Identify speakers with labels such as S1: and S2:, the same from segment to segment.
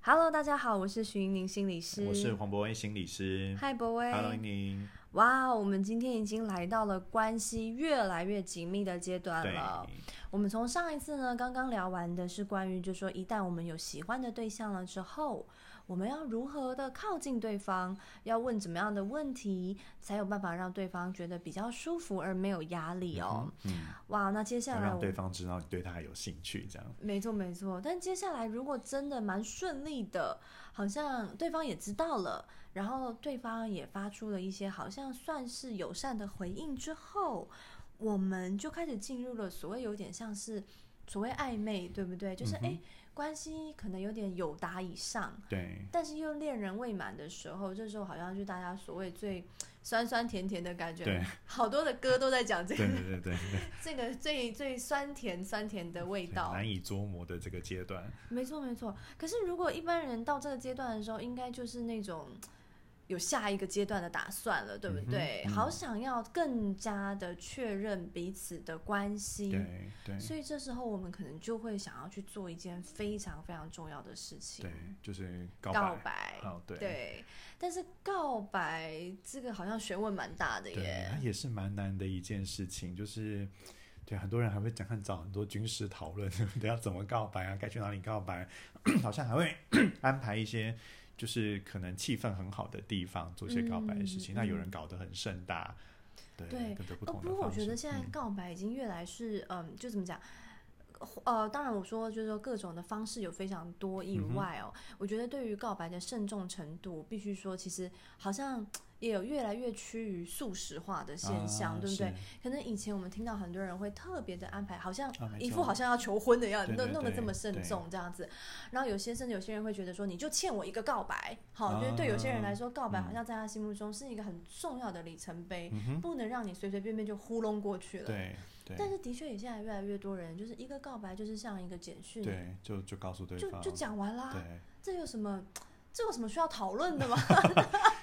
S1: Hello，大家好，我是徐莹宁心理师，
S2: 我是黄博威心理师。
S1: 嗨博威
S2: Hello，宁。
S1: 哇我们今天已经来到了关系越来越紧密的阶段
S2: 对，
S1: 了。我们从上一次呢，刚刚聊完的是关于，就是说一旦我们有喜欢的对象了之后，我们要如何的靠近对方，要问怎么样的问题，才有办法让对方觉得比较舒服而没有压力哦。
S2: 嗯，
S1: 哇，那接
S2: 要
S1: 下来
S2: 让
S1: 我
S2: 对方知道你对他有兴趣，这样。
S1: 没错没错，但接下来如果真的蛮顺利的，好像对方也知道了，然后对方也发出了一些好像算是友善的回应之后，我们就开始进入了所谓有点像是所谓暧昧，对不对？就是
S2: 嗯
S1: 哎、
S2: 哼
S1: 诶关系可能有点友达以上，
S2: 对，
S1: 但是又恋人未满的时候，这时候好像是大家所谓最酸酸甜甜的感觉
S2: 对，
S1: 好多的歌都在讲这
S2: 对
S1: 个
S2: 对对对对，
S1: 这个最最酸甜酸甜的味道。
S2: 难以捉摸的这个阶段，
S1: 没错没错，可是如果一般人到这个阶段的时候，应该就是那种有下一个阶段的打算了，对不
S2: 嗯哼
S1: 对？
S2: 嗯
S1: 好想要更加的确认彼此的关系，
S2: 对对
S1: 嗯所以这时候我们可能就会想要去做一件非常非常重要的事情
S2: 对，就是
S1: ——
S2: 告
S1: 告
S2: 白。
S1: 白。
S2: 哦，对
S1: 对，但是告白这个好像学问蛮大的
S2: 对，
S1: 耶
S2: 它。也是蛮难的一件事情，就是。对，很多人还会讲，看找很多军事讨论， 对不对？要怎么告白啊？该去哪里告白？好像还会 安排一些，就是可能气氛很好的地方做一些告白的事情。
S1: 嗯
S2: 那有
S1: 嗯
S2: 人搞得很盛大，对，
S1: 对
S2: 各种不
S1: 哦，
S2: 同的
S1: 不过我
S2: 方
S1: 觉
S2: 式
S1: 得现在
S2: 嗯
S1: 告白已经越来是，嗯，就怎么讲？呃，当然我说就是说各种的方式有非常多以
S2: 嗯
S1: 外哦，我觉得对于告白的慎重程度，必须说其实好像也有越来越趋于速食化的现象，
S2: 啊
S1: 对不对？
S2: 是
S1: 可能以前我们听到很多人会特别的安排，好像
S2: 啊没
S1: 一副
S2: 错
S1: 好像要求婚的样子，
S2: 对
S1: 弄
S2: 对
S1: 弄得这
S2: 对
S1: 么慎
S2: 对
S1: 重这样子。然后有些甚至有些人会觉得说，你就欠我一个告白，好，因为对
S2: 啊
S1: 有些人来说，告白
S2: 嗯
S1: 好像在他心目中是一个很重要的里程碑， 不能让你随随便便就糊弄过去了。
S2: 对对
S1: 但是的确也现在越来越多人，就是一个告白就是像一个简讯，
S2: 对，就就告诉对
S1: 就
S2: 方，
S1: 就讲完啦，
S2: 对
S1: 这有什么？这有什么需要讨论的吗？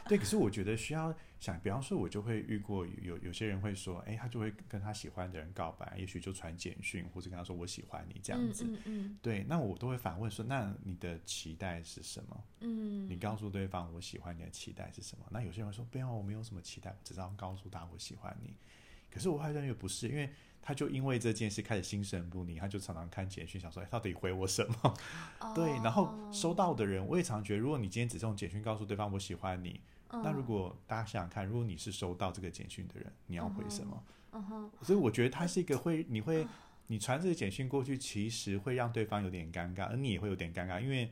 S2: 对，可是我觉得需要想，比方说，我就会遇过有有些人会说，哎，他就会跟他喜欢的人告白，也许就传简讯或者跟他说我喜欢你 这样子。
S1: 嗯嗯
S2: 对，那我都会反问说，那你的期待是什么？
S1: 嗯
S2: 你告诉对方我喜欢你的期待是什么？那有些人会说，不要，我没有什么期待，我只是要告诉他我喜欢你。可是我好像又不是，因为他就因为这件事开始心神不宁，他就常常看简讯，想说，哎，到底回我什么？
S1: 嗯，
S2: 对，然后
S1: 哦
S2: 收到的人，我也常觉得，如果你今天只是用简讯告诉对方我喜欢你，
S1: 嗯
S2: 那如果大家想想看，如果你是收到这个简讯的人，你要回什么？
S1: 嗯哼，
S2: 所以我觉得它是一个会，你会，你传这个简讯过去，其实会让对方有点尴尬，而你也会有点尴尬，因为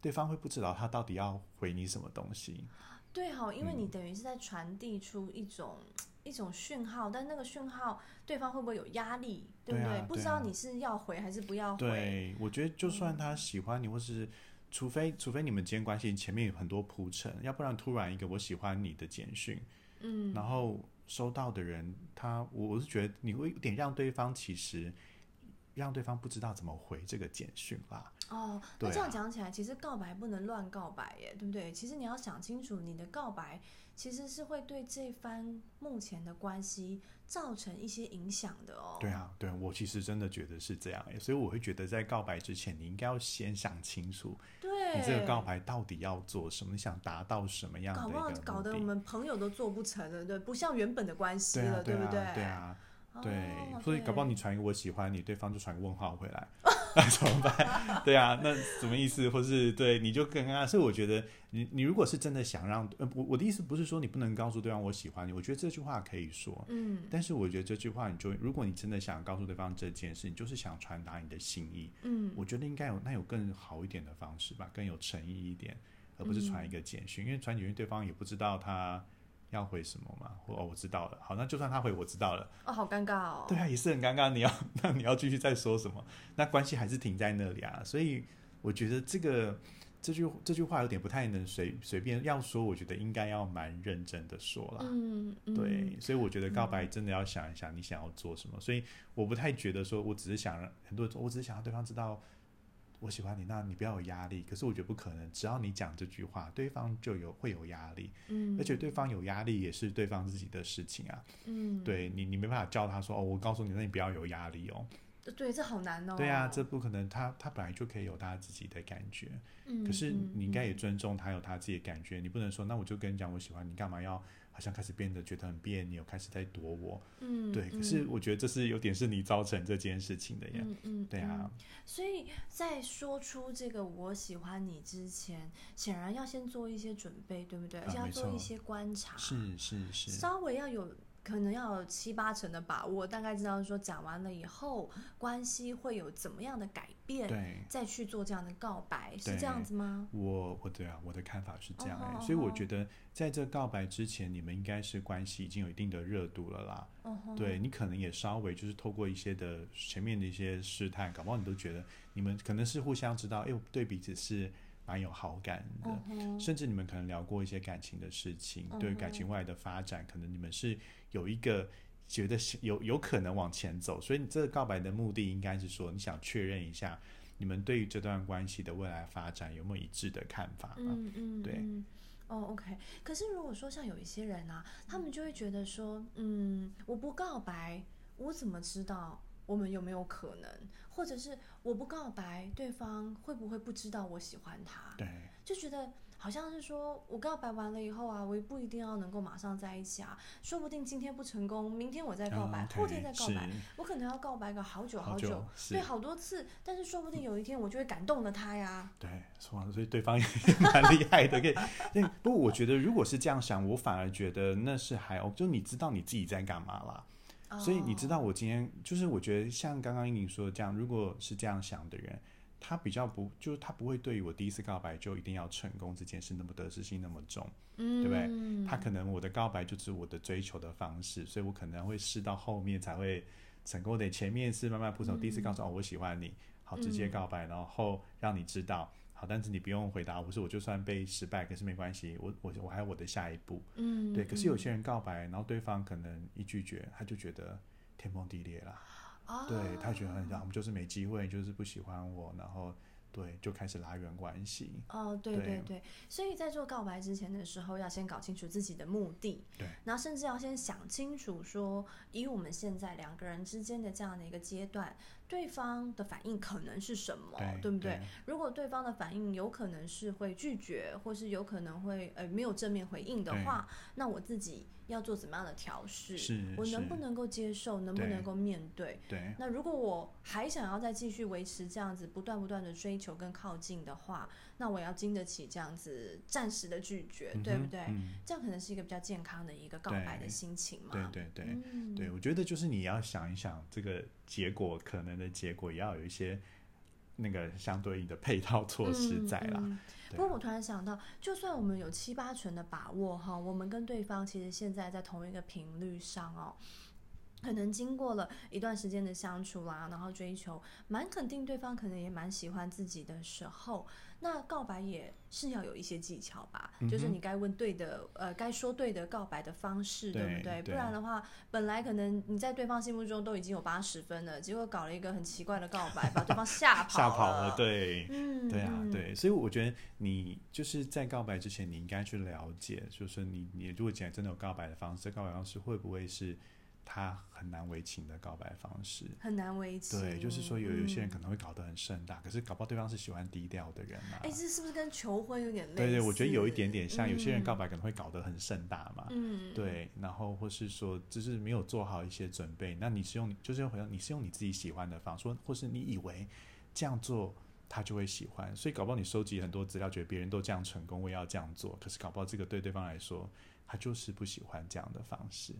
S2: 对方会不知道他到底要回你什么东西。
S1: 对好，因为
S2: 嗯
S1: 你等于是在传递出一种、一种讯号，但那个讯号对方会不会有压力，对不
S2: 对啊
S1: 不知
S2: 对啊
S1: 道你是要回还是不要回。
S2: 对，我觉得就算他喜欢你，或是除
S1: 嗯
S2: 非除非你们之间关系前面有很多铺陈，要不然突然一个我喜欢你的简讯，
S1: 嗯，
S2: 然后收到的人，他我我是觉得你会有点让对方其实让对方不知道怎么回这个简讯啦。
S1: 哦，
S2: 对
S1: 那这样
S2: 啊
S1: 讲起来，其实告白不能乱告白耶，对不对？其实你要想清楚，你的告白其实是会对这番目前的关系造成一些影响的哦。
S2: 对啊，对啊我其实真的觉得是这样欸，所以我会觉得在告白之前，你应该要先想清楚，
S1: 对，
S2: 你这个告白到底要做什么，你想达到什么样的
S1: 搞
S2: 一
S1: 不好
S2: 个
S1: 搞
S2: 目
S1: 得
S2: 的
S1: 我们朋友都做不成了，对，不像原本的关系
S2: 对啊
S1: 了，，
S2: 对
S1: 不
S2: 啊，
S1: 对？
S2: 对啊。
S1: 哦
S2: 对，所以搞不好
S1: 对
S2: 你传一个我喜欢你，对方就传个问号回来， 那怎么办？对啊，那什么意思？或是对你就跟啊，所以我觉得你你如果是真的想让，呃，我我的意思不是说你不能告诉对方我喜欢你，我觉得这句话可以说，
S1: 嗯
S2: 但是我觉得这句话你就如果你真的想告诉对方这件事，你就是想传达你的心意，
S1: 嗯，
S2: 我觉得应该有那有更好一点的方式吧，更有诚意一点，而不是传一个简讯，因为传简讯对方也不知道他要回什么嘛，或哦我知道了，好，那就算他回我知道了。
S1: 哦，好尴尬哦。
S2: 对啊，也是很尴尬。你要 那你要继续再说什么？那关系还是停在那里啊。所以我觉得这个这句这句话有点不太能随随便要说，我觉得应该要蛮认真的说啦。
S1: 嗯，嗯，
S2: 对，所以我觉得告白真的要想一想你想要做什么。所以我不太觉得说，我只是想让很多人说，我只是想让对方知道我喜欢你，那你不要有压力。可是我觉得不可能，只要你讲这句话，对方就有会有压力，
S1: 嗯，
S2: 而且对方有压力也是对方自己的事情啊。
S1: 嗯，
S2: 对你，你没办法叫他说哦，我告诉你，那你不要有压力哦。
S1: 对，这好难哦。
S2: 对啊，这不可能，他他本来就可以有他自己的感觉，
S1: 嗯，
S2: 可是
S1: 嗯
S2: 你应该也
S1: 嗯
S2: 尊重他有他自己的感觉，你不能说那我就跟你讲我喜欢你，干嘛要好像开始变得觉得很别扭，开始在躲我？
S1: 嗯，
S2: 对，可是
S1: 嗯
S2: 我觉得这是有点是你造成这件事情的耶。
S1: 嗯嗯，
S2: 对啊
S1: 嗯，所以在说出这个“我喜欢你”之前，显然要先做一些准备，对不对？
S2: 啊
S1: 而且要
S2: 没
S1: 做一
S2: 错
S1: 些观察，
S2: 是是是，
S1: 嗯稍微要有可能要有七八成的把握，大概知道说讲完了以后，关系会有怎么样的改变，
S2: 对。
S1: 再去做这样的告白，是这
S2: 对
S1: 样子吗？
S2: 我我对啊，我的看法是这样
S1: 哦
S2: 哎、
S1: 好
S2: 所以
S1: 好
S2: 我
S1: 好
S2: 觉得在这告白之前，你们应该是关系已经有一定的热度了啦。
S1: 哦吼，
S2: 对你可能也稍微就是透过一些的前面的一些试探，搞不好你都觉得你们可能是互相知道，哎、我对彼此是蛮有好感的。
S1: 哦吼，
S2: 甚至你们可能聊过一些感情的事情，对
S1: 嗯哼
S2: 感情外的发展，可能你们是有一个觉得是有有可能往前走，所以你这个告白的目的应该是说，你想确认一下你们对于这段关系的未来发展有没有一致的看法。
S1: 嗯嗯，
S2: 对
S1: 嗯哦，OK。可是如果说像有一些人啊，他们就会觉得说，嗯，我不告白，我怎么知道我们有没有可能？或者是我不告白，对方会不会不知道我喜欢他？
S2: 对，
S1: 就觉得好像是说我告白完了以后啊，我也不一定要能够马上在一起啊，说不定今天不成功，明天我再告白，
S2: 嗯，OK，
S1: 后天再告白，
S2: 是
S1: 我可能要告白个好久
S2: 好
S1: 久，
S2: 久是
S1: 对，好多次，但是说不定有一天我就会感动了他呀。
S2: 对，说完了，所以对方也蛮厉害的。可以，但不过我觉得如果是这样想，我反而觉得那是还 OK，就你知道你自己在干嘛啦。所以你知
S1: 哦
S2: 道我今天就是，我觉得像刚刚你说的这样，如果是这样想的人，他比较不，就是他不会对于我第一次告白就一定要成功这件事那么得失心那么重，
S1: 对
S2: 对不对？
S1: 嗯
S2: 他可能我的告白就是我的追求的方式，所以我可能会试到后面才会成功的。前面是慢慢铺陈，我第一次告诉、哦我喜欢你，好直接告白，然后让你知道。好，但是你不用回答，我说我就算被失败，可是没关系，我我我还有我的下一步。
S1: 嗯，
S2: 对，可是有
S1: 嗯
S2: 些人告白，然后对方可能一拒绝，他就觉得天崩地裂啦。
S1: 哦、
S2: 对他觉得很，我们就是没机会，就是不喜欢我，然后对就开始拉远关系。
S1: 哦，对对
S2: 对
S1: 对，所以在做告白之前的时候，要先搞清楚自己的目的，
S2: 对，
S1: 然后甚至要先想清楚说，以我们现在两个人之间的这样的一个阶段，对方的反应可能是什么，
S2: 对
S1: 不对？？如果对方的反应有可能是会拒绝，或是有可能会呃没有正面回应的
S2: 对
S1: 话，那我自己要做怎么样的调试？
S2: 是
S1: 我能
S2: 是
S1: 不能够接受？能不
S2: 对
S1: 能够面对？
S2: 对嗯
S1: 那如果我还想要再继续维持这样子不断不断的追求跟靠近的话，那我也要经得起这样子暂时的拒绝，
S2: 嗯
S1: 对不
S2: 哼
S1: 对？
S2: 嗯，
S1: 这样可能是一个比较健康的一个告白的心情嘛。
S2: 对对对、
S1: 嗯
S2: 对，我觉得就是你要想一想这个结果可能的结果，也要有一些那个相对应的配套措施在啦。
S1: 嗯嗯不
S2: 对啊
S1: 过我突然想到，就算我们有七八成的把握哈，我们跟对方其实现在在同一个频率上哦，可能经过了一段时间的相处啦，然后追求，蛮肯定对方可能也蛮喜欢自己的时候，那告白也是要有一些技巧吧，就是
S2: 嗯哼
S1: 你该问对的，呃，该说对的告白的方式，对不
S2: 对
S1: 对？不
S2: 对
S1: 然的话，本来可能你在对方心目中都已经有八十分了，结果搞了一个很奇怪的告白，把对方吓跑
S2: 吓跑了，。对。
S1: 嗯，
S2: 对啊
S1: 嗯，
S2: 对，所以我觉得你就是在告白之前，你应该去了解，就是你你如果讲真的有告白的方式，这告白方式会不会是他很难为情的告白方式？
S1: 很难为情。
S2: 对，就是说有有些人
S1: 嗯，
S2: 可能会搞得很盛大，可是搞不好对方是喜欢低调的人嘛。
S1: 哎、这是不是跟求婚有点类似？
S2: 对对，我觉得有一点点像，有些人告
S1: 白，
S2: 白可能会搞得很盛大嘛。
S1: 嗯，
S2: 对，然后或是说就是没有做好一些准备，那你是用就是好像你是用你自己喜欢的方式，或或是你以为这样做他就会喜欢，所以搞不好你收集很多资料，觉得别人都这样成功，我也要这样做，可是搞不好这个对对方来说，他就是不喜欢这样的方式。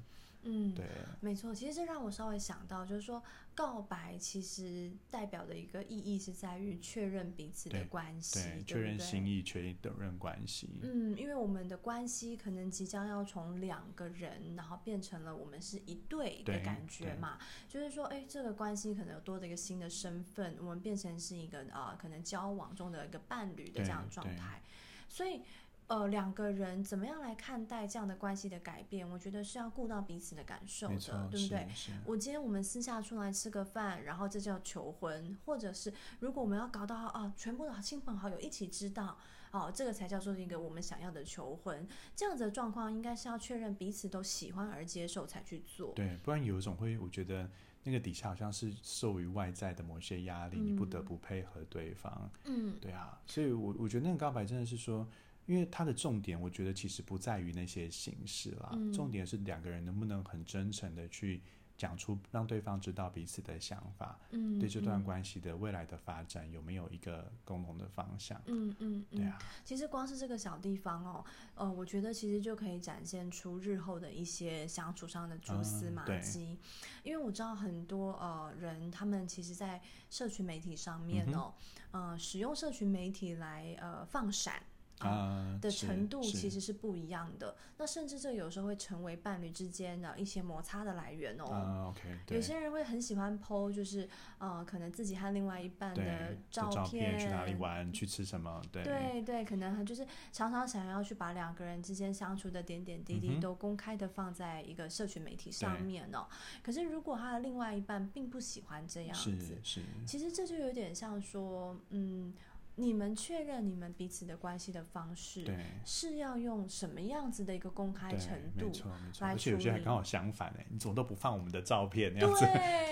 S1: 嗯，
S2: 对，
S1: 没错。其实这让我稍微想到，就是说告白其实代表的一个意义是在于确认彼此的
S2: 对
S1: 关系，对
S2: 对，
S1: 不
S2: 确认
S1: 对
S2: 心意，确认关系。
S1: 嗯，因为我们的关系可能即将要从两个人，然后变成了我们是一对的
S2: 对
S1: 感觉
S2: 对
S1: 嘛，就是说，哎，这个关系可能有多了一个新的身份，我们变成是一个啊、呃可能交往中的一个伴侣的这
S2: 对
S1: 样的状
S2: 对
S1: 态，所以。呃，两个人怎么样来看待这样的关系的改变？我觉得是要顾到彼此的感受
S2: 没
S1: 的
S2: 错，，
S1: 对不对？
S2: 是是
S1: 我今天我们私下出来吃个饭，然后这叫求婚，或者是如果我们要搞到啊，全部的亲朋好友一起知道，哦、这个才叫做一个我们想要的求婚。这样子的状况应该是要确认彼此都喜欢而接受才去做。
S2: 对，不然有一种会，我觉得那个底下好像是受于外在的某些压力，
S1: 嗯
S2: 你不得不配合对方。
S1: 嗯
S2: 对啊，所以我我觉得那个告白真的是说，因为它的重点，我觉得其实不在于那些形式啦，
S1: 嗯
S2: 重点是两个人能不能很真诚的去讲出，让对方知道彼此的想法，
S1: 嗯，
S2: 对这段
S1: 嗯
S2: 关系的未来的发展有没有一个共同的方向？
S1: 嗯嗯嗯，
S2: 对啊，
S1: 其实光是这个小地方哦，呃，我觉得其实就可以展现出日后的一些相处上的蛛丝
S2: 嗯
S1: 马
S2: 对
S1: 迹。因为我知道很多呃人，他们其实，在社群媒体上面
S2: 嗯
S1: 哦，呃，使用社群媒体来呃放闪。
S2: 啊、
S1: 的
S2: 是
S1: 程度
S2: 是
S1: 其实是不一样的，那甚至这有时候会成为伴侣之间的一些摩擦的来源哦。
S2: 啊、o k 对，
S1: 有些人会很喜欢 PO，就是呃，可能自己和另外一半
S2: 对
S1: 的
S2: 这照
S1: 片
S2: 去哪里玩，去吃什么，对
S1: 对对，可能他就是常常想要去把两个人之间相处的点点滴
S2: 嗯
S1: 滴
S2: 哼
S1: 都公开的放在一个社群媒体上
S2: 对
S1: 面哦。可是如果他的另外一半并不喜欢这样
S2: 是
S1: 子，
S2: 是，
S1: 其实这就有点像说，嗯，你们确认你们彼此的关系的方式
S2: 对。
S1: 是要用什么样子的一个公开
S2: 对，
S1: 程
S2: 没
S1: 度？
S2: 错没错，
S1: 来
S2: 而且有
S1: 处
S2: 些还
S1: 理
S2: 刚好相反哎，你怎么都不放我们的照片 那样子，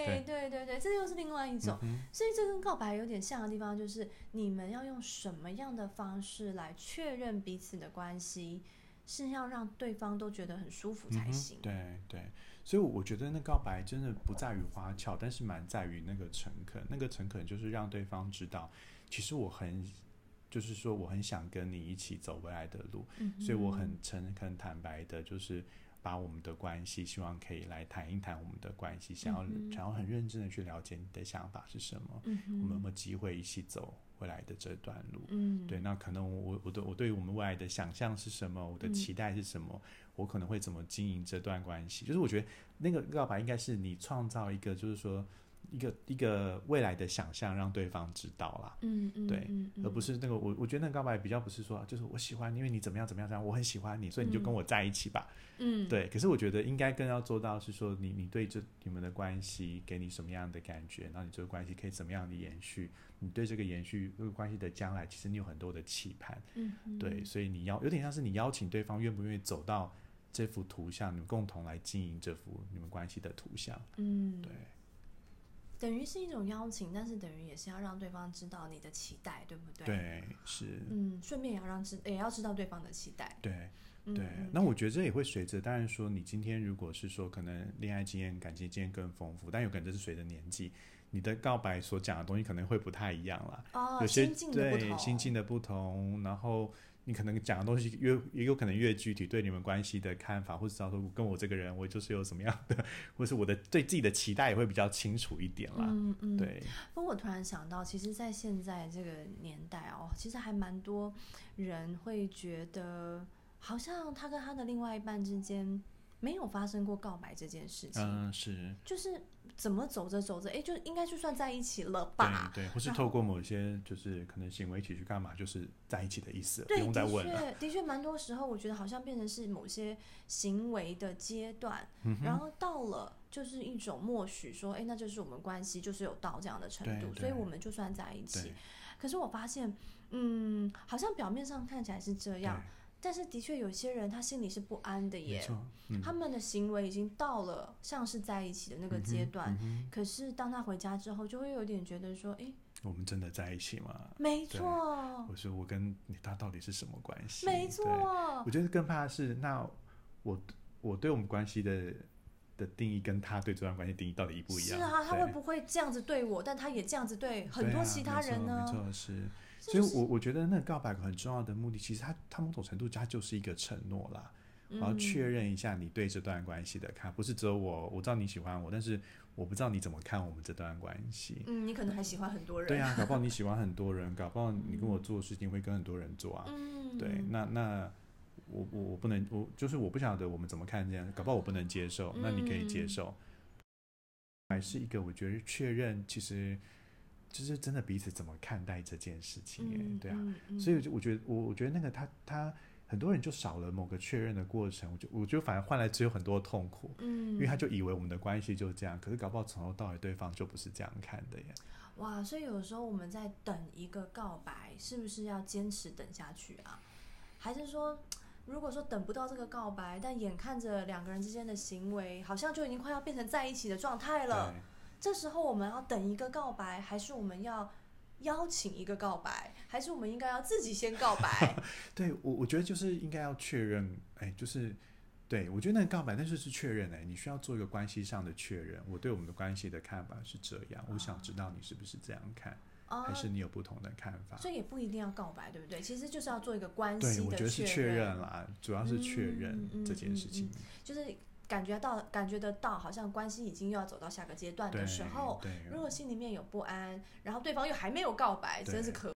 S1: 对对对对，这又是另外一种。
S2: 嗯
S1: 所以这跟告白有点像的地方，就是你们要用什么样的方式来确认彼此的关系，是要让对方都觉得很舒服才
S2: 嗯哼
S1: 行。
S2: 对对，所以我觉得那告白真的不在于花俏，但是蛮在于那个诚恳。那个诚恳就是让对方知道，其实我很，就是说我很想跟你一起走未来的路，
S1: 嗯哼
S2: 所以我很诚恳、坦白的，就是把我们的关系，希望可以来谈一谈我们的关系，想要、
S1: 嗯哼
S2: 想要很认真的去了解你的想法是什么，
S1: 嗯
S2: 我们有
S1: 哼
S2: 没有机会一起走未来的这段路？
S1: 嗯
S2: 对，那可能我我对我对于我们未来的想象是什么，我的
S1: 嗯
S2: 期待是什么，我可能会怎么经营这段关系？就是我觉得那个告白应该是你创造一个，就是说一个一个未来的想象，让对方知道啦，
S1: 嗯嗯
S2: 对
S1: 嗯嗯
S2: 而不是那个我我觉得那个告白比较不是说就是我喜欢你，因为你怎么样怎么样怎么样，我很喜欢你，所以你就跟我在一起吧。
S1: 嗯
S2: 对，可是我觉得应该更要做到是说你你对这你们的关系给你什么样的感觉，然后你这个关系可以怎么样的延续，你对这个延续这个关系的将来，其实你有很多的期盼。
S1: 嗯哼
S2: 对，所以你要有点像是你邀请对方愿不愿意走到这幅图像，你们共同来经营这幅你们关系的图像。
S1: 嗯
S2: 对，
S1: 等于是一种邀请，但是等于也是要让对方知道你的期待，对不对？
S2: 对，是，
S1: 嗯，顺便也要让知也要知道对方的期待。
S2: 对，
S1: 嗯
S2: 对。
S1: 嗯
S2: 那我觉得这也会随着，当然说你今天如果是说可能恋爱经验、感情经验更丰富，但有可能这是随着年纪，你的告白所讲的东西可能会不太一样啦。
S1: 哦，
S2: 有些
S1: 心境的不
S2: 对
S1: 同
S2: 心境的不同，然后你可能讲的东西越也有可能越具体，对你们关系的看法，或者知道说跟我这个人，我就是有什么样的，或是我的对自己的期待也会比较清楚一点啦。
S1: 嗯嗯，
S2: 对，
S1: 不过我突然想到，其实，在现在这个年代哦，其实还蛮多人会觉得，好像他跟他的另外一半之间没有发生过告白这件事情，
S2: 嗯，是
S1: 就是怎么走着走着，哎，就应该就算在一起了
S2: 对
S1: 吧？
S2: 对，或是
S1: 然
S2: 透过某些就是可能行为一起去干嘛，就是在一起的意思了，不
S1: 对，
S2: 用再
S1: 的
S2: 问了。
S1: 确，的确，蛮多时候，我觉得好像变成是某些行为的阶段，
S2: 嗯
S1: 然后到了就是一种默许，说，哎，那就是我们关系就是有到这样的程
S2: 对
S1: 度，
S2: 对
S1: 所以我们就算在一起
S2: 对。
S1: 可是我发现，嗯，好像表面上看起来是这
S2: 对，
S1: 样，但是的确有些人他心里是不安的
S2: 没
S1: 耶，
S2: 错，嗯
S1: 他们的行为已经到了像是在一起的那个
S2: 嗯哼
S1: 阶段。
S2: 嗯哼
S1: 可是当他回家之后，就会有点觉得说，哎，
S2: 我们真的在一起吗？
S1: 没错，
S2: 或是我跟你他到底是什么关系？
S1: 哦没
S2: 对
S1: 错，
S2: 我觉得更怕的是，那我我对我们关系的的定义跟他对这段关系定义到底一不一
S1: 是
S2: 样？
S1: 啊，他
S2: 对
S1: 会不会这样子对我，但他也这样子对很
S2: 对
S1: 多
S2: 啊
S1: 其他人呢
S2: 没？错，没错是。
S1: 这
S2: 所以
S1: 就
S2: 我，
S1: 是
S2: 我觉得那个告白很重要的目的，其实它它某种程度它就是一个承诺啦，然后
S1: 嗯
S2: 确认一下你对这段关系的看，不是只有我，我知道你喜欢我，但是我不知道你怎么看我们这段关系。
S1: 嗯，你可能还喜欢很多人，
S2: 对啊，搞不好你喜欢很多人，搞不好你跟我做的事情会跟很多人做啊。
S1: 嗯，
S2: 对，那那我我我不能，我就是我不晓得我们怎么看这样，搞不好我不能接受，那你可以接
S1: 嗯
S2: 受，还是一个我觉得确认，其实就是真的彼此怎么看待这件事情耶，
S1: 嗯，
S2: 对啊，
S1: 嗯，嗯
S2: 所以我就我觉得我我觉得那个他他很多人就少了某个确认的过程，我就我就反而换来只有很多痛苦。
S1: 嗯，
S2: 因为他就以为我们的关系就这样，可是搞不好从头到尾对方就不是这样看的耶。
S1: 哇，所以有时候我们在等一个告白，是不是要坚持等下去啊？还是说，如果说等不到这个告白，但眼看着两个人之间的行为好像就已经快要变成在一起的状态了，
S2: 对，
S1: 这时候我们要等一个告白，还是我们要邀请一个告白，还是我们应该要自己先告白？
S2: 对我，我觉得就是应该要确认，哎，就是对我觉得那个告白，但是是确认哎，你需要做一个关系上的确认。我对我们的关系的看法是这样，我想知道你是不是这样看，
S1: 啊、
S2: 还是你有不同的看法？
S1: 所以也不一定要告白，对不对？其实就是要做一个关系
S2: 对，
S1: 的
S2: 我觉得是确认啦，主要是确认
S1: 嗯嗯
S2: 这件事情。
S1: 就是感觉到感觉得到，好像关系已经又要走到下个阶段
S2: 对
S1: 的时候，
S2: 对，
S1: 如果心里面有不安，然后对方又还没有告白，
S2: 对
S1: 真是可。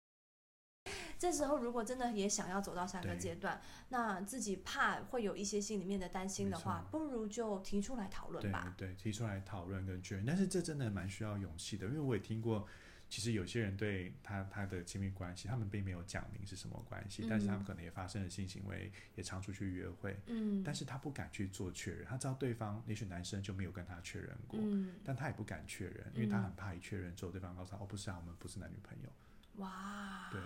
S1: 这时候如果真的也想要走到下个
S2: 对
S1: 阶段，那自己怕会有一些心里面的担心的话
S2: 没，
S1: 不如就提出来讨论
S2: 对
S1: 吧。
S2: 对，提出来讨论跟确认，但是这真的蛮需要勇气的，因为我也听过，其实有些人对他他的亲密关系，他们并没有讲明是什么关系，但是他们
S1: 嗯
S2: 可能也发生了性行为，也常出去约会，
S1: 嗯，
S2: 但是他不敢去做确认，他知道对方也许男生就没有跟他确认过，
S1: 嗯，
S2: 但他也不敢确认，因为他
S1: 嗯
S2: 很怕一确认之后，对方告诉他哦不是啊，我们不是男女朋友，
S1: 哇，
S2: 对，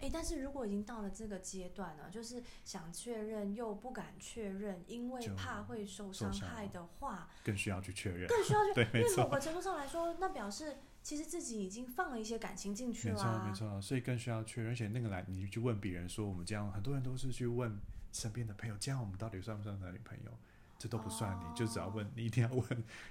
S1: 哎，但是如果已经到了这个阶段了、就是想确认又不敢确认，因为
S2: 就
S1: 怕会受
S2: 受
S1: 伤
S2: 伤
S1: 害
S2: 了
S1: 的话，
S2: 更需要去确认，，
S1: 更需要去
S2: 对
S1: 因
S2: 没
S1: 为某
S2: 错
S1: 个程度上来说，那表示其实自己已经放了一些感情进去
S2: 没
S1: 了、
S2: 错
S1: 啊，
S2: 没错，所以更需要确认，而且那个来你去问别人说我们这样，很多人都是去问身边的朋友，这样我们到底算不算男女朋友？这都不算，你就只要问，你一定要问，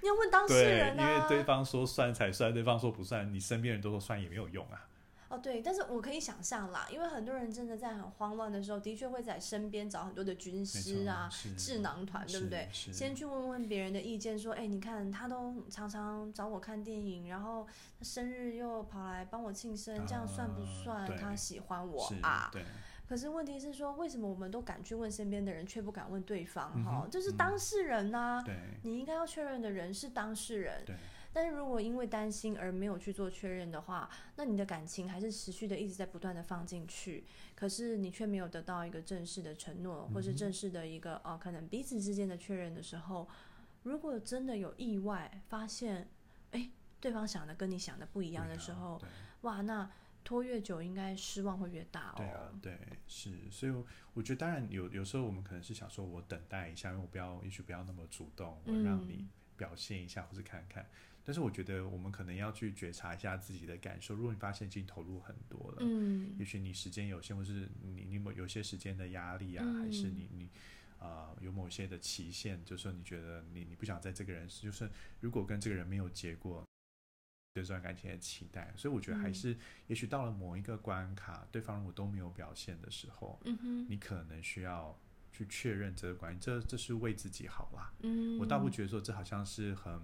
S1: 你要问当事
S2: 对，
S1: 哦人
S2: 因为
S1: 啊。
S2: 对方说算才算，对方说不算，你身边人都说算也没有用啊。
S1: 哦，对，但是我可以想象啦，因为很多人真的在很慌乱的时候，的确会在身边找很多的军
S2: 没
S1: 师
S2: 错
S1: 啊、
S2: 是
S1: 智囊团，对不对？？
S2: 是是
S1: 先去问问别人的意见，说，哎，你看他都常常找我看电影，然后他生日又跑来帮我庆生，这样算不
S2: 啊
S1: 算
S2: 对
S1: 他喜欢我
S2: 是
S1: 啊？
S2: 对，
S1: 可是问题是说，为什么我们都敢去问身边的人，却不敢问对方？
S2: 嗯
S1: 哈、
S2: 哼
S1: 就是当事人呐、
S2: 对
S1: 你应该要确认的人是当事人，
S2: 对
S1: 但是如果因为担心而没有去做确认的话，那你的感情还是持续的一直在不断的放进去，可是你却没有得到一个正式的承诺，或
S2: 嗯
S1: 是正式的一个哦，可能彼此之间的确认的时候，如果真的有意外发现，哎，对方想的跟你想的不一样的时候，
S2: 对
S1: 哇，那拖越久应该失望会越大哦。
S2: 对啊，对，是，所以我我觉得，当然有有时候我们可能是想说，我等待一下，因为我不要，也许不要那么主动，我让你
S1: 嗯
S2: 表现一下，或是看看。但是我觉得我们可能要去觉察一下自己的感受。如果你发现已经投入很多了，
S1: 嗯
S2: 也许你时间有限，或是你你某有些时间的压力啊，还
S1: 嗯
S2: 是你你呃有某些的期限，就是说你觉得你你不想在这个人，就是如果跟这个人没有结果，对这段感情的期待，所以我觉得还
S1: 嗯
S2: 是，也许到了某一个关卡，对方如果都没有表现的时候，
S1: 嗯哼，
S2: 你可能需要去确认这个关系，这这是为自己好啦。
S1: 嗯，
S2: 我倒不觉得说这好像是很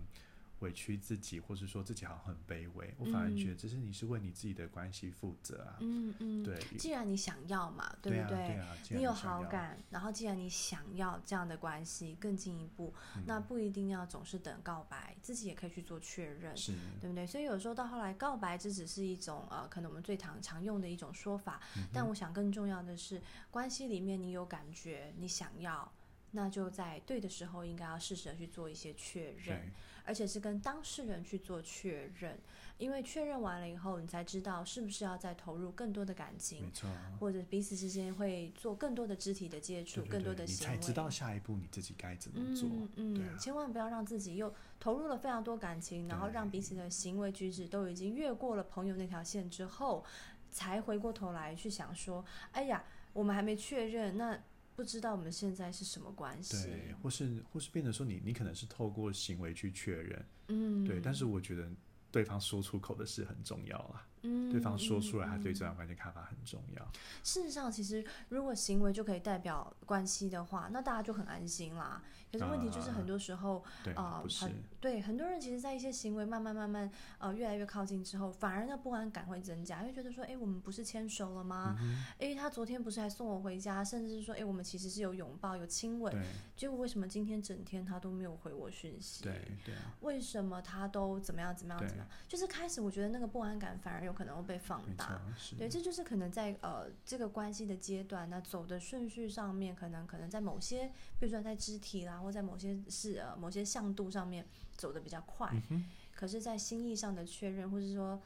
S2: 委屈自己，或是说自己好像很卑微，我反而觉得这是你是为你自己的关系负责啊。
S1: 嗯嗯，
S2: 对，
S1: 既然你想要嘛，
S2: 对
S1: 不
S2: 啊，对啊，既然
S1: 你有
S2: 想
S1: 好
S2: 要，
S1: 感，然后既然你想要这样的关系更进一步，
S2: 嗯
S1: 那不一定要总是等告白，自己也可以去做确认，
S2: 是，
S1: 对不对？所以有时候到后来，告白这只是一种呃，可能我们最常常用的一种说法，
S2: 嗯
S1: 但
S2: 哼
S1: 我想更重要的是，关系里面你有感觉，你想要。那就在对的时候，应该要适时的去做一些确认。
S2: 对
S1: 而且是跟当事人去做确认，因为确认完了以后，你才知道是不是要再投入更多的感
S2: 没
S1: 情，
S2: 错。啊
S1: 或者彼此之间会做更多的肢体的接触，
S2: 对对
S1: 更多
S2: 对
S1: 的
S2: 你
S1: 行为。
S2: 才知道下一步你自己该怎么做。
S1: 嗯
S2: 对
S1: 嗯，
S2: 啊
S1: 千万不要让自己又投入了非常多感情，然后让彼此的行为举止都已经越过了朋友那条线之后，才回过头来去想说，哎呀，我们还没确认，那不知道我们现在是什么关
S2: 对
S1: 系。，
S2: 或是或是变得说你你可能是透过行为去确认，
S1: 嗯，
S2: 对，但是我觉得对方说出口的事很重要啦，
S1: 嗯，
S2: 对方说出来他
S1: 嗯
S2: 对
S1: 嗯
S2: 这段关系看法很重要，
S1: 事实上，其实如果行为就可以代表关系的话，那大家就很安心啦。可是问题就是，
S2: 啊
S1: 很多时候，
S2: 对，
S1: 啊
S2: 不是
S1: 很对很多人其实，在一些行为慢慢慢慢呃越来越靠近之后，反而那不安感会增加，因为觉得说，哎，我们不是牵手了吗？
S2: 嗯
S1: 哎、他昨天不是还送我回家，甚至是说，哎，我们其实是有拥抱、有亲吻，
S2: 对
S1: 结果为什么今天整天他都没有回我讯息？
S2: 对对啊
S1: 为什么他都怎么样怎么样怎么样？就是开始我觉得那个不安感反而有可能会被放
S2: 没
S1: 大。
S2: 错，是，
S1: 对，这就是可能在呃这个关系的阶段，那走的顺序上面，可能可能在某些，比如说在肢体啦，或在某些是呃某些向度上面走的比较快，
S2: 嗯哼，
S1: 可是，在心意上的确认，或是说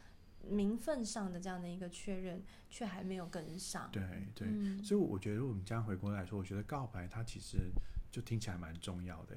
S1: 名分上的这样的一个确认，却还没有跟上。
S2: 对对，
S1: 嗯
S2: 所以我觉得，如果我们这样回过来说，我觉得告白它其实就听起来蛮重要的。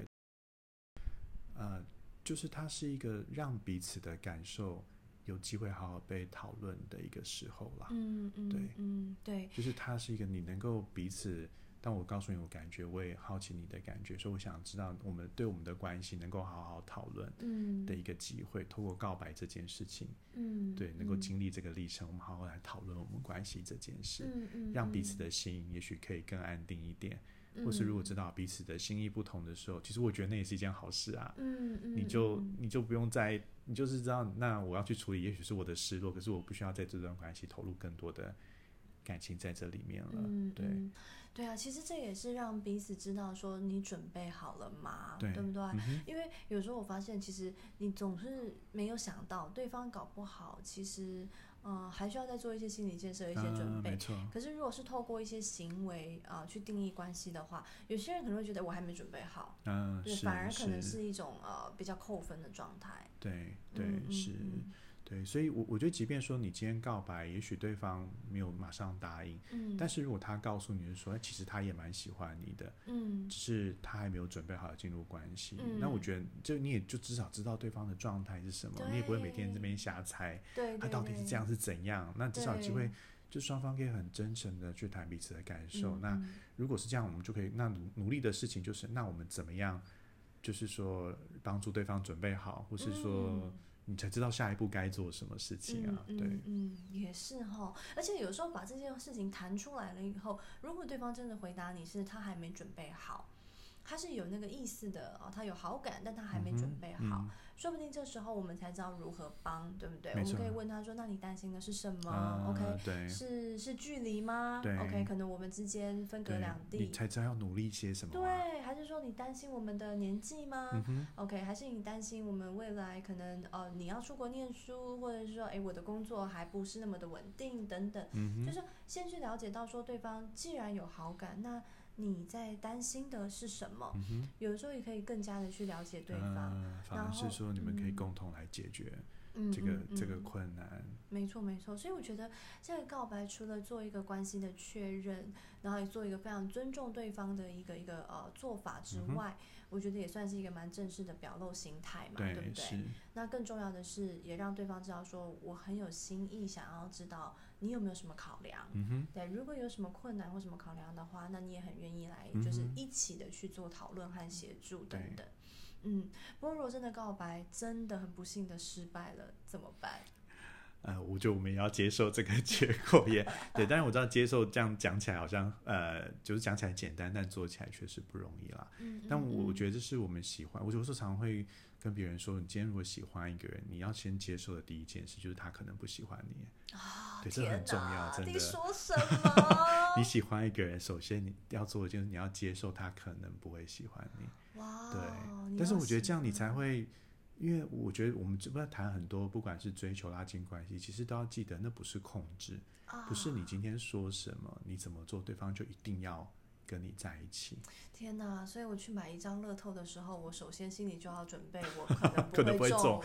S2: 呃，就是它是一个让彼此的感受有机会好好被讨论的一个时候啦。
S1: 嗯嗯，
S2: 对
S1: 嗯对，
S2: 就是它是一个你能够彼此，当我告诉你我感觉，我也好奇你的感觉，所以我想知道我们对我们的关系能够好好讨论
S1: 嗯
S2: 的一个机会。透过告白这件事情，
S1: 嗯
S2: 对，能够
S1: 嗯
S2: 经历这个历程，我们好好来讨论我们关系这件事，
S1: 嗯嗯，
S2: 让彼
S1: 嗯
S2: 此的心也许可以更安定一点，或是如果知道彼此的心意不同的时候，其实我觉得那也是一件好事啊。
S1: 嗯嗯，
S2: 你就
S1: 嗯
S2: 你就不用再，你就是知道，那我要去处理，也许是我的失落，可是我不需要在这段关系投入更多的感情在这里面了。
S1: 嗯，
S2: 对，
S1: 嗯对啊，其实这也是让彼此知道说你准备好了吗？
S2: 对
S1: 不对？
S2: 嗯哼
S1: 因为有时候我发现，其实你总是没有想到，对方搞不好其实，嗯、还需要再做一些心理建设、一些准
S2: 啊
S1: 备。
S2: 没错，
S1: 可是如果是透过一些行为啊、呃去定义关系的话，有些人可能会觉得我还没准备好，
S2: 嗯、
S1: 对，
S2: 是
S1: 反而可能
S2: 是，
S1: 是一种呃比较扣分的状态。
S2: 对对、
S1: 嗯嗯
S2: 是，
S1: 嗯
S2: 对，所以我我觉得，即便说你今天告白，也许对方没有马上答应，
S1: 嗯，
S2: 但是如果他告诉你是说，哎其实他也蛮喜欢你的，
S1: 嗯
S2: 只是他还没有准备好进入关系，
S1: 嗯
S2: 那我觉得就你也就至少知道对方的状态是什么，你也不会每天这边瞎猜。
S1: 对，
S2: 他
S1: 对
S2: 到底是
S1: 对
S2: 这样是怎样？那至少有机
S1: 对
S2: 会，就双方可以很真诚的去谈彼此的感受。
S1: 嗯
S2: 那
S1: 嗯
S2: 如果是这样，我们就可以那努努力的事情就是，那我们怎么样，就是说帮助对方准备好，或是说
S1: 嗯
S2: 你才知道下一步该做什么事情啊？
S1: 嗯、
S2: 对
S1: 嗯，嗯，也是哈。而且有时候把这件事情谈出来了以后，如果对方真的回答你是他还没准备好，他是有那个意思的哦，他有好感，但他还没准备好，
S2: 嗯
S1: 说不定这时候我们才知道如何帮，对不对？我
S2: 没
S1: 们
S2: 错
S1: 可以问他说：“那你担心的是什么、
S2: 啊
S1: o k
S2: 对
S1: 嗯哦是是距离吗
S2: 对
S1: ？OK，可能我们之间分隔
S2: 对
S1: 两，
S2: 你
S1: 地，
S2: 才知道要努力些什么、啊。
S1: 对，还是说你担心我们的年纪吗？
S2: 嗯哼，
S1: OK，还是你担心我们未来可能呃你要出国念书，或者是说诶我的工作还不是那么的稳定等等，
S2: 嗯
S1: 就
S2: 哼，
S1: 是先去了解到说对方既然有好感，那你在担心的是什么？
S2: 嗯哼，
S1: 有时候也可以更加的去了解对方。
S2: 啊反而
S1: 然后
S2: 是说你们可以
S1: 嗯
S2: 共同来解决
S1: 嗯，
S2: 这个、
S1: 嗯
S2: 这个
S1: 嗯
S2: 困难。
S1: 没错没错，所以我觉得这个告白除了做一个关系的确认，然后也做一个非常尊重对方的一个一个呃做法之
S2: 嗯哼
S1: 外，我觉得也算是一个蛮正式的表露心态嘛，不对？
S2: 是，
S1: 那更重要的是，也让对方知道说我很有心意，想要知道你有没有什么考量。
S2: 嗯哼。
S1: 对，如果有什么困难或什么考量的话，那你也很愿意来
S2: 嗯，哼
S1: 就是一起的去做讨论和协助等
S2: 对
S1: 等。嗯，不过如果真的告白真的很不幸的失败了，怎么办？
S2: 呃，我觉得我们也要接受这个结果 也对，但是我知道接受这样讲起来好像呃，就是讲起来简单，但做起来确实不容易啦。
S1: 嗯，
S2: 但我我
S1: 得，
S2: 觉得这是我们喜欢，我有时候常会跟别人说，你今天如果喜欢一个人，你要先接受的第一件事就是他可能不喜欢你。
S1: 啊
S2: 对这很
S1: 天
S2: 重要
S1: 哪
S2: 真
S1: 你
S2: 的
S1: 说什么？
S2: 你喜欢一个人，首先你要做的就是你要接受他可能不会喜欢你。
S1: 哇，哦
S2: 对，
S1: 你
S2: 但是
S1: 要
S2: 我觉得
S1: 喜
S2: 这样你
S1: 欢
S2: 才会，因为我觉得我们这边谈很多，不管是追求拉近关系，其实都要记得那不是控制。
S1: 啊
S2: 不是你今天说什么，你怎么做，对方就一定要跟你在一起，
S1: 天呐！所以我去买一张乐透的时候，我首先心里就要准备， 我可能
S2: 可能不
S1: 会
S2: 会中
S1: 中。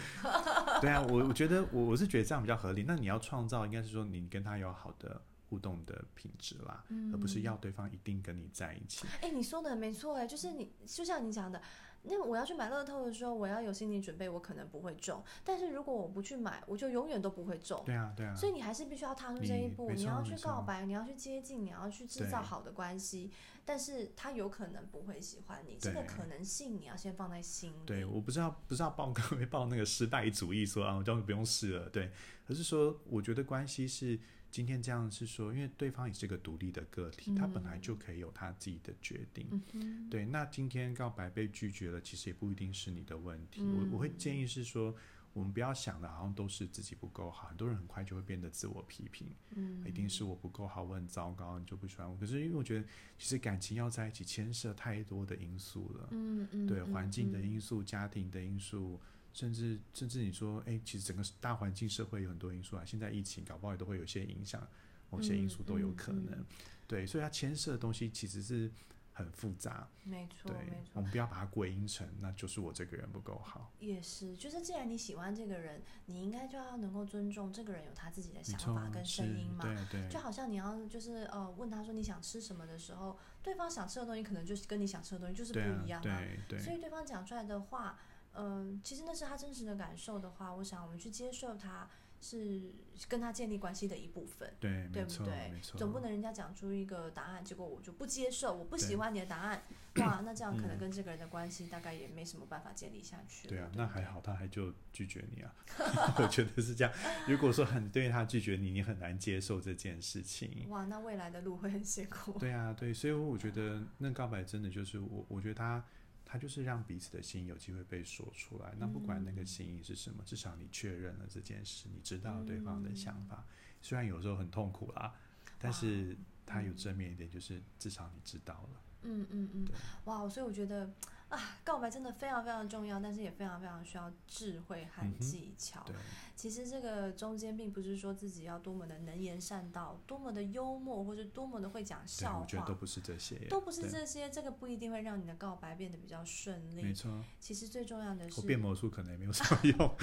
S2: 对啊，我我觉得我我是觉得这样比较合理。那你要创造，应该是说你跟他有好的互动的品质啦，
S1: 嗯
S2: 而不是要对方一定跟你在一起。
S1: 哎、你说的没错，哎，就是你，就像你讲的，那我要去买乐透的时候，我要有心理准备，我可能不会中。但是如果我不去买，我就永远都不会中。
S2: 对啊，对啊，
S1: 所以你还是必须要踏出
S2: 你
S1: 这一步，
S2: 没
S1: 你
S2: 错
S1: 要
S2: 没
S1: 去
S2: 错
S1: 告白，你要去接近，你要去制
S2: 对
S1: 造好的关系。但是他有可能不会喜欢你，这个
S2: 对
S1: 可能性你要先放在心里。
S2: 对，我不知道不知道抱各位抱那个失败主义说啊，我就不用试了。对，而是说我觉得关系是今天这样是说，因为对方也是个独立的个体，他本来就可以有他自己的决定。
S1: 嗯哼，
S2: 对，那今天告白被拒绝了，其实也不一定是你的问题。我
S1: 嗯
S2: 我会建议是说，我们不要想的好像都是自己不够好，很多人很快就会变得自我批评，啊
S1: 嗯
S2: 一定是我不够好，我很糟糕，你就不喜欢我。可是因为我觉得，其实感情要在一起，牵涉太多的因素了，
S1: 嗯嗯，
S2: 对
S1: 嗯
S2: 环境的
S1: 嗯
S2: 因素、家庭的因素。甚至甚至你说，哎、其实整个大环境、社会有很多因素啊。现在疫情搞不好也都会有些影响，某些因
S1: 嗯
S2: 素都有
S1: 嗯
S2: 可
S1: 嗯
S2: 能。对，所以它牵涉的东西其实是很复杂。
S1: 没错
S2: 对
S1: 没，错
S2: 我。们不要把它归因成那就是我这个人不够好。
S1: 也是，就是既然你喜欢这个人，你应该就要能够尊重这个人有他自己的
S2: 没
S1: 想
S2: 错
S1: 法，跟声
S2: 是
S1: 音嘛。
S2: 对对
S1: 就好像你要就是呃问他说你想吃什么的时候，对方想吃的东西可能就是跟你想吃的东西就是不
S2: 对啊
S1: 一样
S2: 对
S1: 所
S2: 对
S1: 以对方讲出来的话，嗯，其实那是他真实的感受的话，我想我们去接受他是跟他建立关系的一部分。
S2: 对，
S1: 对
S2: 没
S1: 不
S2: 错，
S1: 对
S2: 没错，
S1: 总不能人家讲出一个答案，结果我就不接受，我不
S2: 对
S1: 喜欢你的答案，哇，那这样可能
S2: 嗯
S1: 跟这个人的关系大概也没什么办法建立下去了。
S2: 对啊，
S1: 不
S2: 那还。好，他还就拒绝 你啊。我觉得是这样。如果说很对他拒绝你，你很难接受这件事情。
S1: 哇，那未来的路会很辛苦。
S2: 对啊，对，所以我觉得那告白真的就是我，我觉得他他就是让彼此的心有机会被说出来。那不管那
S1: 嗯
S2: 个心意是什么，至少你确认了这件事，你知道对方的
S1: 嗯
S2: 想法。虽然有时候很痛苦啦，但是他有正面一点，就是至少你知道了。
S1: 嗯嗯嗯
S2: 对，
S1: 哇，所以我觉得啊，告白真的非常非常重要，但是也非常非常需要智慧
S2: 嗯
S1: 和
S2: 哼
S1: 技巧。
S2: 对，
S1: 其实这个中间并不是说自己要多么的能言善道，多么的幽默，或者多么的会讲
S2: 对，
S1: 笑
S2: 我觉得都
S1: 话，
S2: 不是这些耶，
S1: 都不是
S2: 对，
S1: 这些，这个不一定会让你的告白变得比较顺
S2: 没
S1: 利。
S2: 错。
S1: 其实最重要的是
S2: 我，变魔术可能也没有什么用，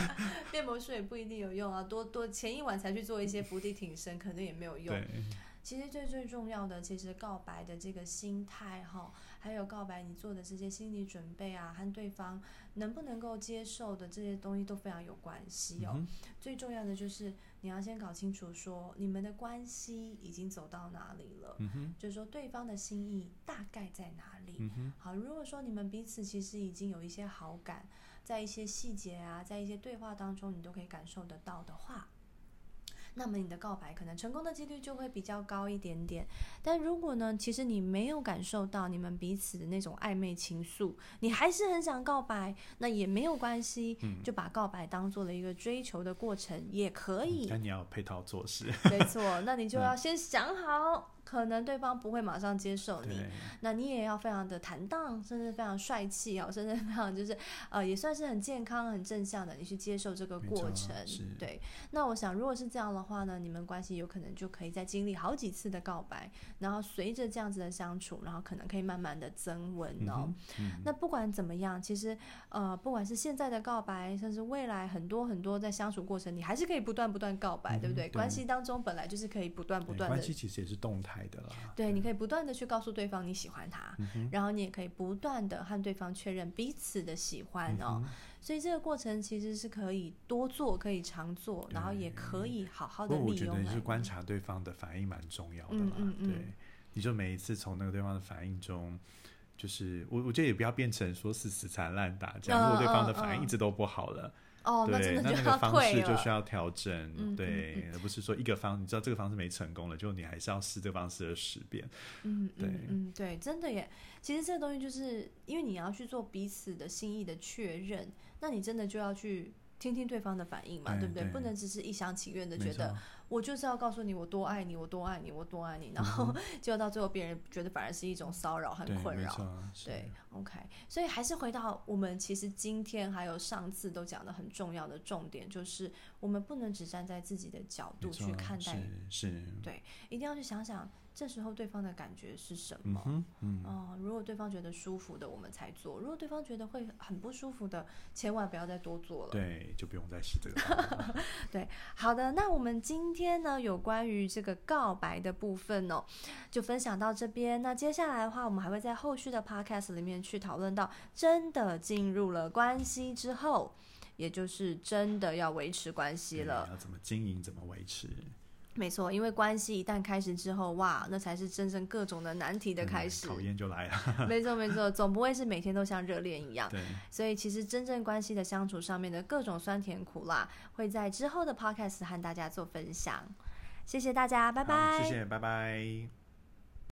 S1: 变魔术也不一定有用啊，多多前一晚才去做一些伏地挺身，可能也 没有用。
S2: 对。嗯
S1: 其实最最重要的，其实告白的这个心态哈，还有告白你做的这些心理准备啊，和对方能不能够接受的这些东西都非常有关系哦。
S2: 嗯哼
S1: 最重要的就是你要先搞清楚说你们的关系已经走到哪里了，
S2: 嗯哼，
S1: 就是说对方的心意大概在哪里。
S2: 嗯哼，
S1: 好，如果说你们彼此其实已经有一些好感，在一些细节啊，在一些对话当中，你都可以感受得到的话，那么你的告白可能成功的几率就会比较高一点点。但如果呢，其实你没有感受到你们彼此的那种暧昧情愫，你还是很想告白，那也没有关系，
S2: 嗯
S1: 就把告白当做了一个追求的过程也可以。
S2: 但你要有配套措施，
S1: 没错，那你
S2: 嗯
S1: 就要先想好，可能对方不会马上接受你，
S2: 对，嗯
S1: 那你也要非常的坦荡，甚至非常帅气哦，甚至非常就是呃，也算是很健康、很正向的，你去接受这个
S2: 没
S1: 过
S2: 错
S1: 程
S2: 啊是。
S1: 对，那我想如果是这样的话呢，你们关系有可能就可以再经历好几次的告白，然后随着这样子的相处，然后可能可以慢慢的增温
S2: 嗯
S1: 哦。
S2: 哼，嗯
S1: 那不管怎么样，其实呃，不管是现在的告白，甚至未来很多很多在相处过程，你还是可以不断不断告白，对不
S2: 嗯
S1: 对？
S2: 对
S1: 关系当中本来就是可以不断不
S2: 对
S1: 断
S2: 关
S1: 的
S2: 系其实也是动态的啦，
S1: 对，你可以不断的去告诉对方你喜欢他，
S2: 嗯哼，
S1: 然后你也可以不断的和对方确认彼此的喜欢哦。
S2: 嗯哼
S1: 所以这个过程其实是可以多做，可以常做，然后也可以好好
S2: 不
S1: 的
S2: 过我
S1: 利
S2: 觉
S1: 用
S2: 得
S1: 来
S2: 是观察对方的反应蛮重要的
S1: 嗯
S2: 啦，
S1: 嗯嗯
S2: 对，你就每一次从那个对方的反应中。就是我，我觉得也不要变成说是死缠烂打这样。
S1: 嗯
S2: 如果对方的
S1: 嗯
S2: 反应
S1: 嗯
S2: 一直都不好了，
S1: 哦，那
S2: 对
S1: 真，的
S2: 那
S1: 就
S2: 那个
S1: 要
S2: 方
S1: 退
S2: 式就
S1: 了。
S2: 需要调整，
S1: 嗯
S2: 对，
S1: 嗯
S2: 而不是说一个方，你知道这个方式没成功了，就你还是要试这个方式的十遍。
S1: 嗯
S2: 对
S1: 嗯嗯，对，真的耶。其实这个东西就是因为你要去做彼此的心意的确认，那你真的就要去听听对方的反应嘛，
S2: 对
S1: 对不对？
S2: 哎对
S1: 不能只是一厢情愿的
S2: 没
S1: 觉得
S2: 错
S1: 我就是要告诉你我多爱你，我多爱你，我多爱你，然后 结果到最后别人觉得反而是一种骚扰和
S2: 嗯对，
S1: 困
S2: 没
S1: 扰。
S2: 错，是
S1: 对，OK，所以还是回到我们其实今天还有上次都讲的很重要的重点，就是我们不能只站在自己的角
S2: 没
S1: 度去
S2: 错
S1: 看待，
S2: 是是，
S1: 一定要去想想这时候对方的感觉是什
S2: 嗯
S1: 么。
S2: 哼，嗯，
S1: 哦，如果对方觉得舒服的，我们才做；如果对方觉得会很不舒服的，千万不要再多做了。
S2: 对，就不用再试这个方法了。
S1: 好的，那我们今天呢，有关于这个告白的部分哦，就分享到这边。那接下来的话，我们还会在后续的 podcast 里面去讨论到，真的进入了关系之后，也就是真的要维持关系
S2: 对
S1: 了。
S2: 要怎么经营，怎么维持
S1: 没错，因为关系一旦开始之后，哇，那才是真正各种的难题的
S2: 嗯
S1: 开始。
S2: 考 验就来了。
S1: 没错，没错，总不会是每天都像热恋一样。
S2: 对，
S1: 所以其实真正关系的相处上面的各种酸甜苦辣，会在之后的 podcast 和大家做分享。谢谢大家，拜
S2: 好
S1: 拜。
S2: 谢谢，拜拜。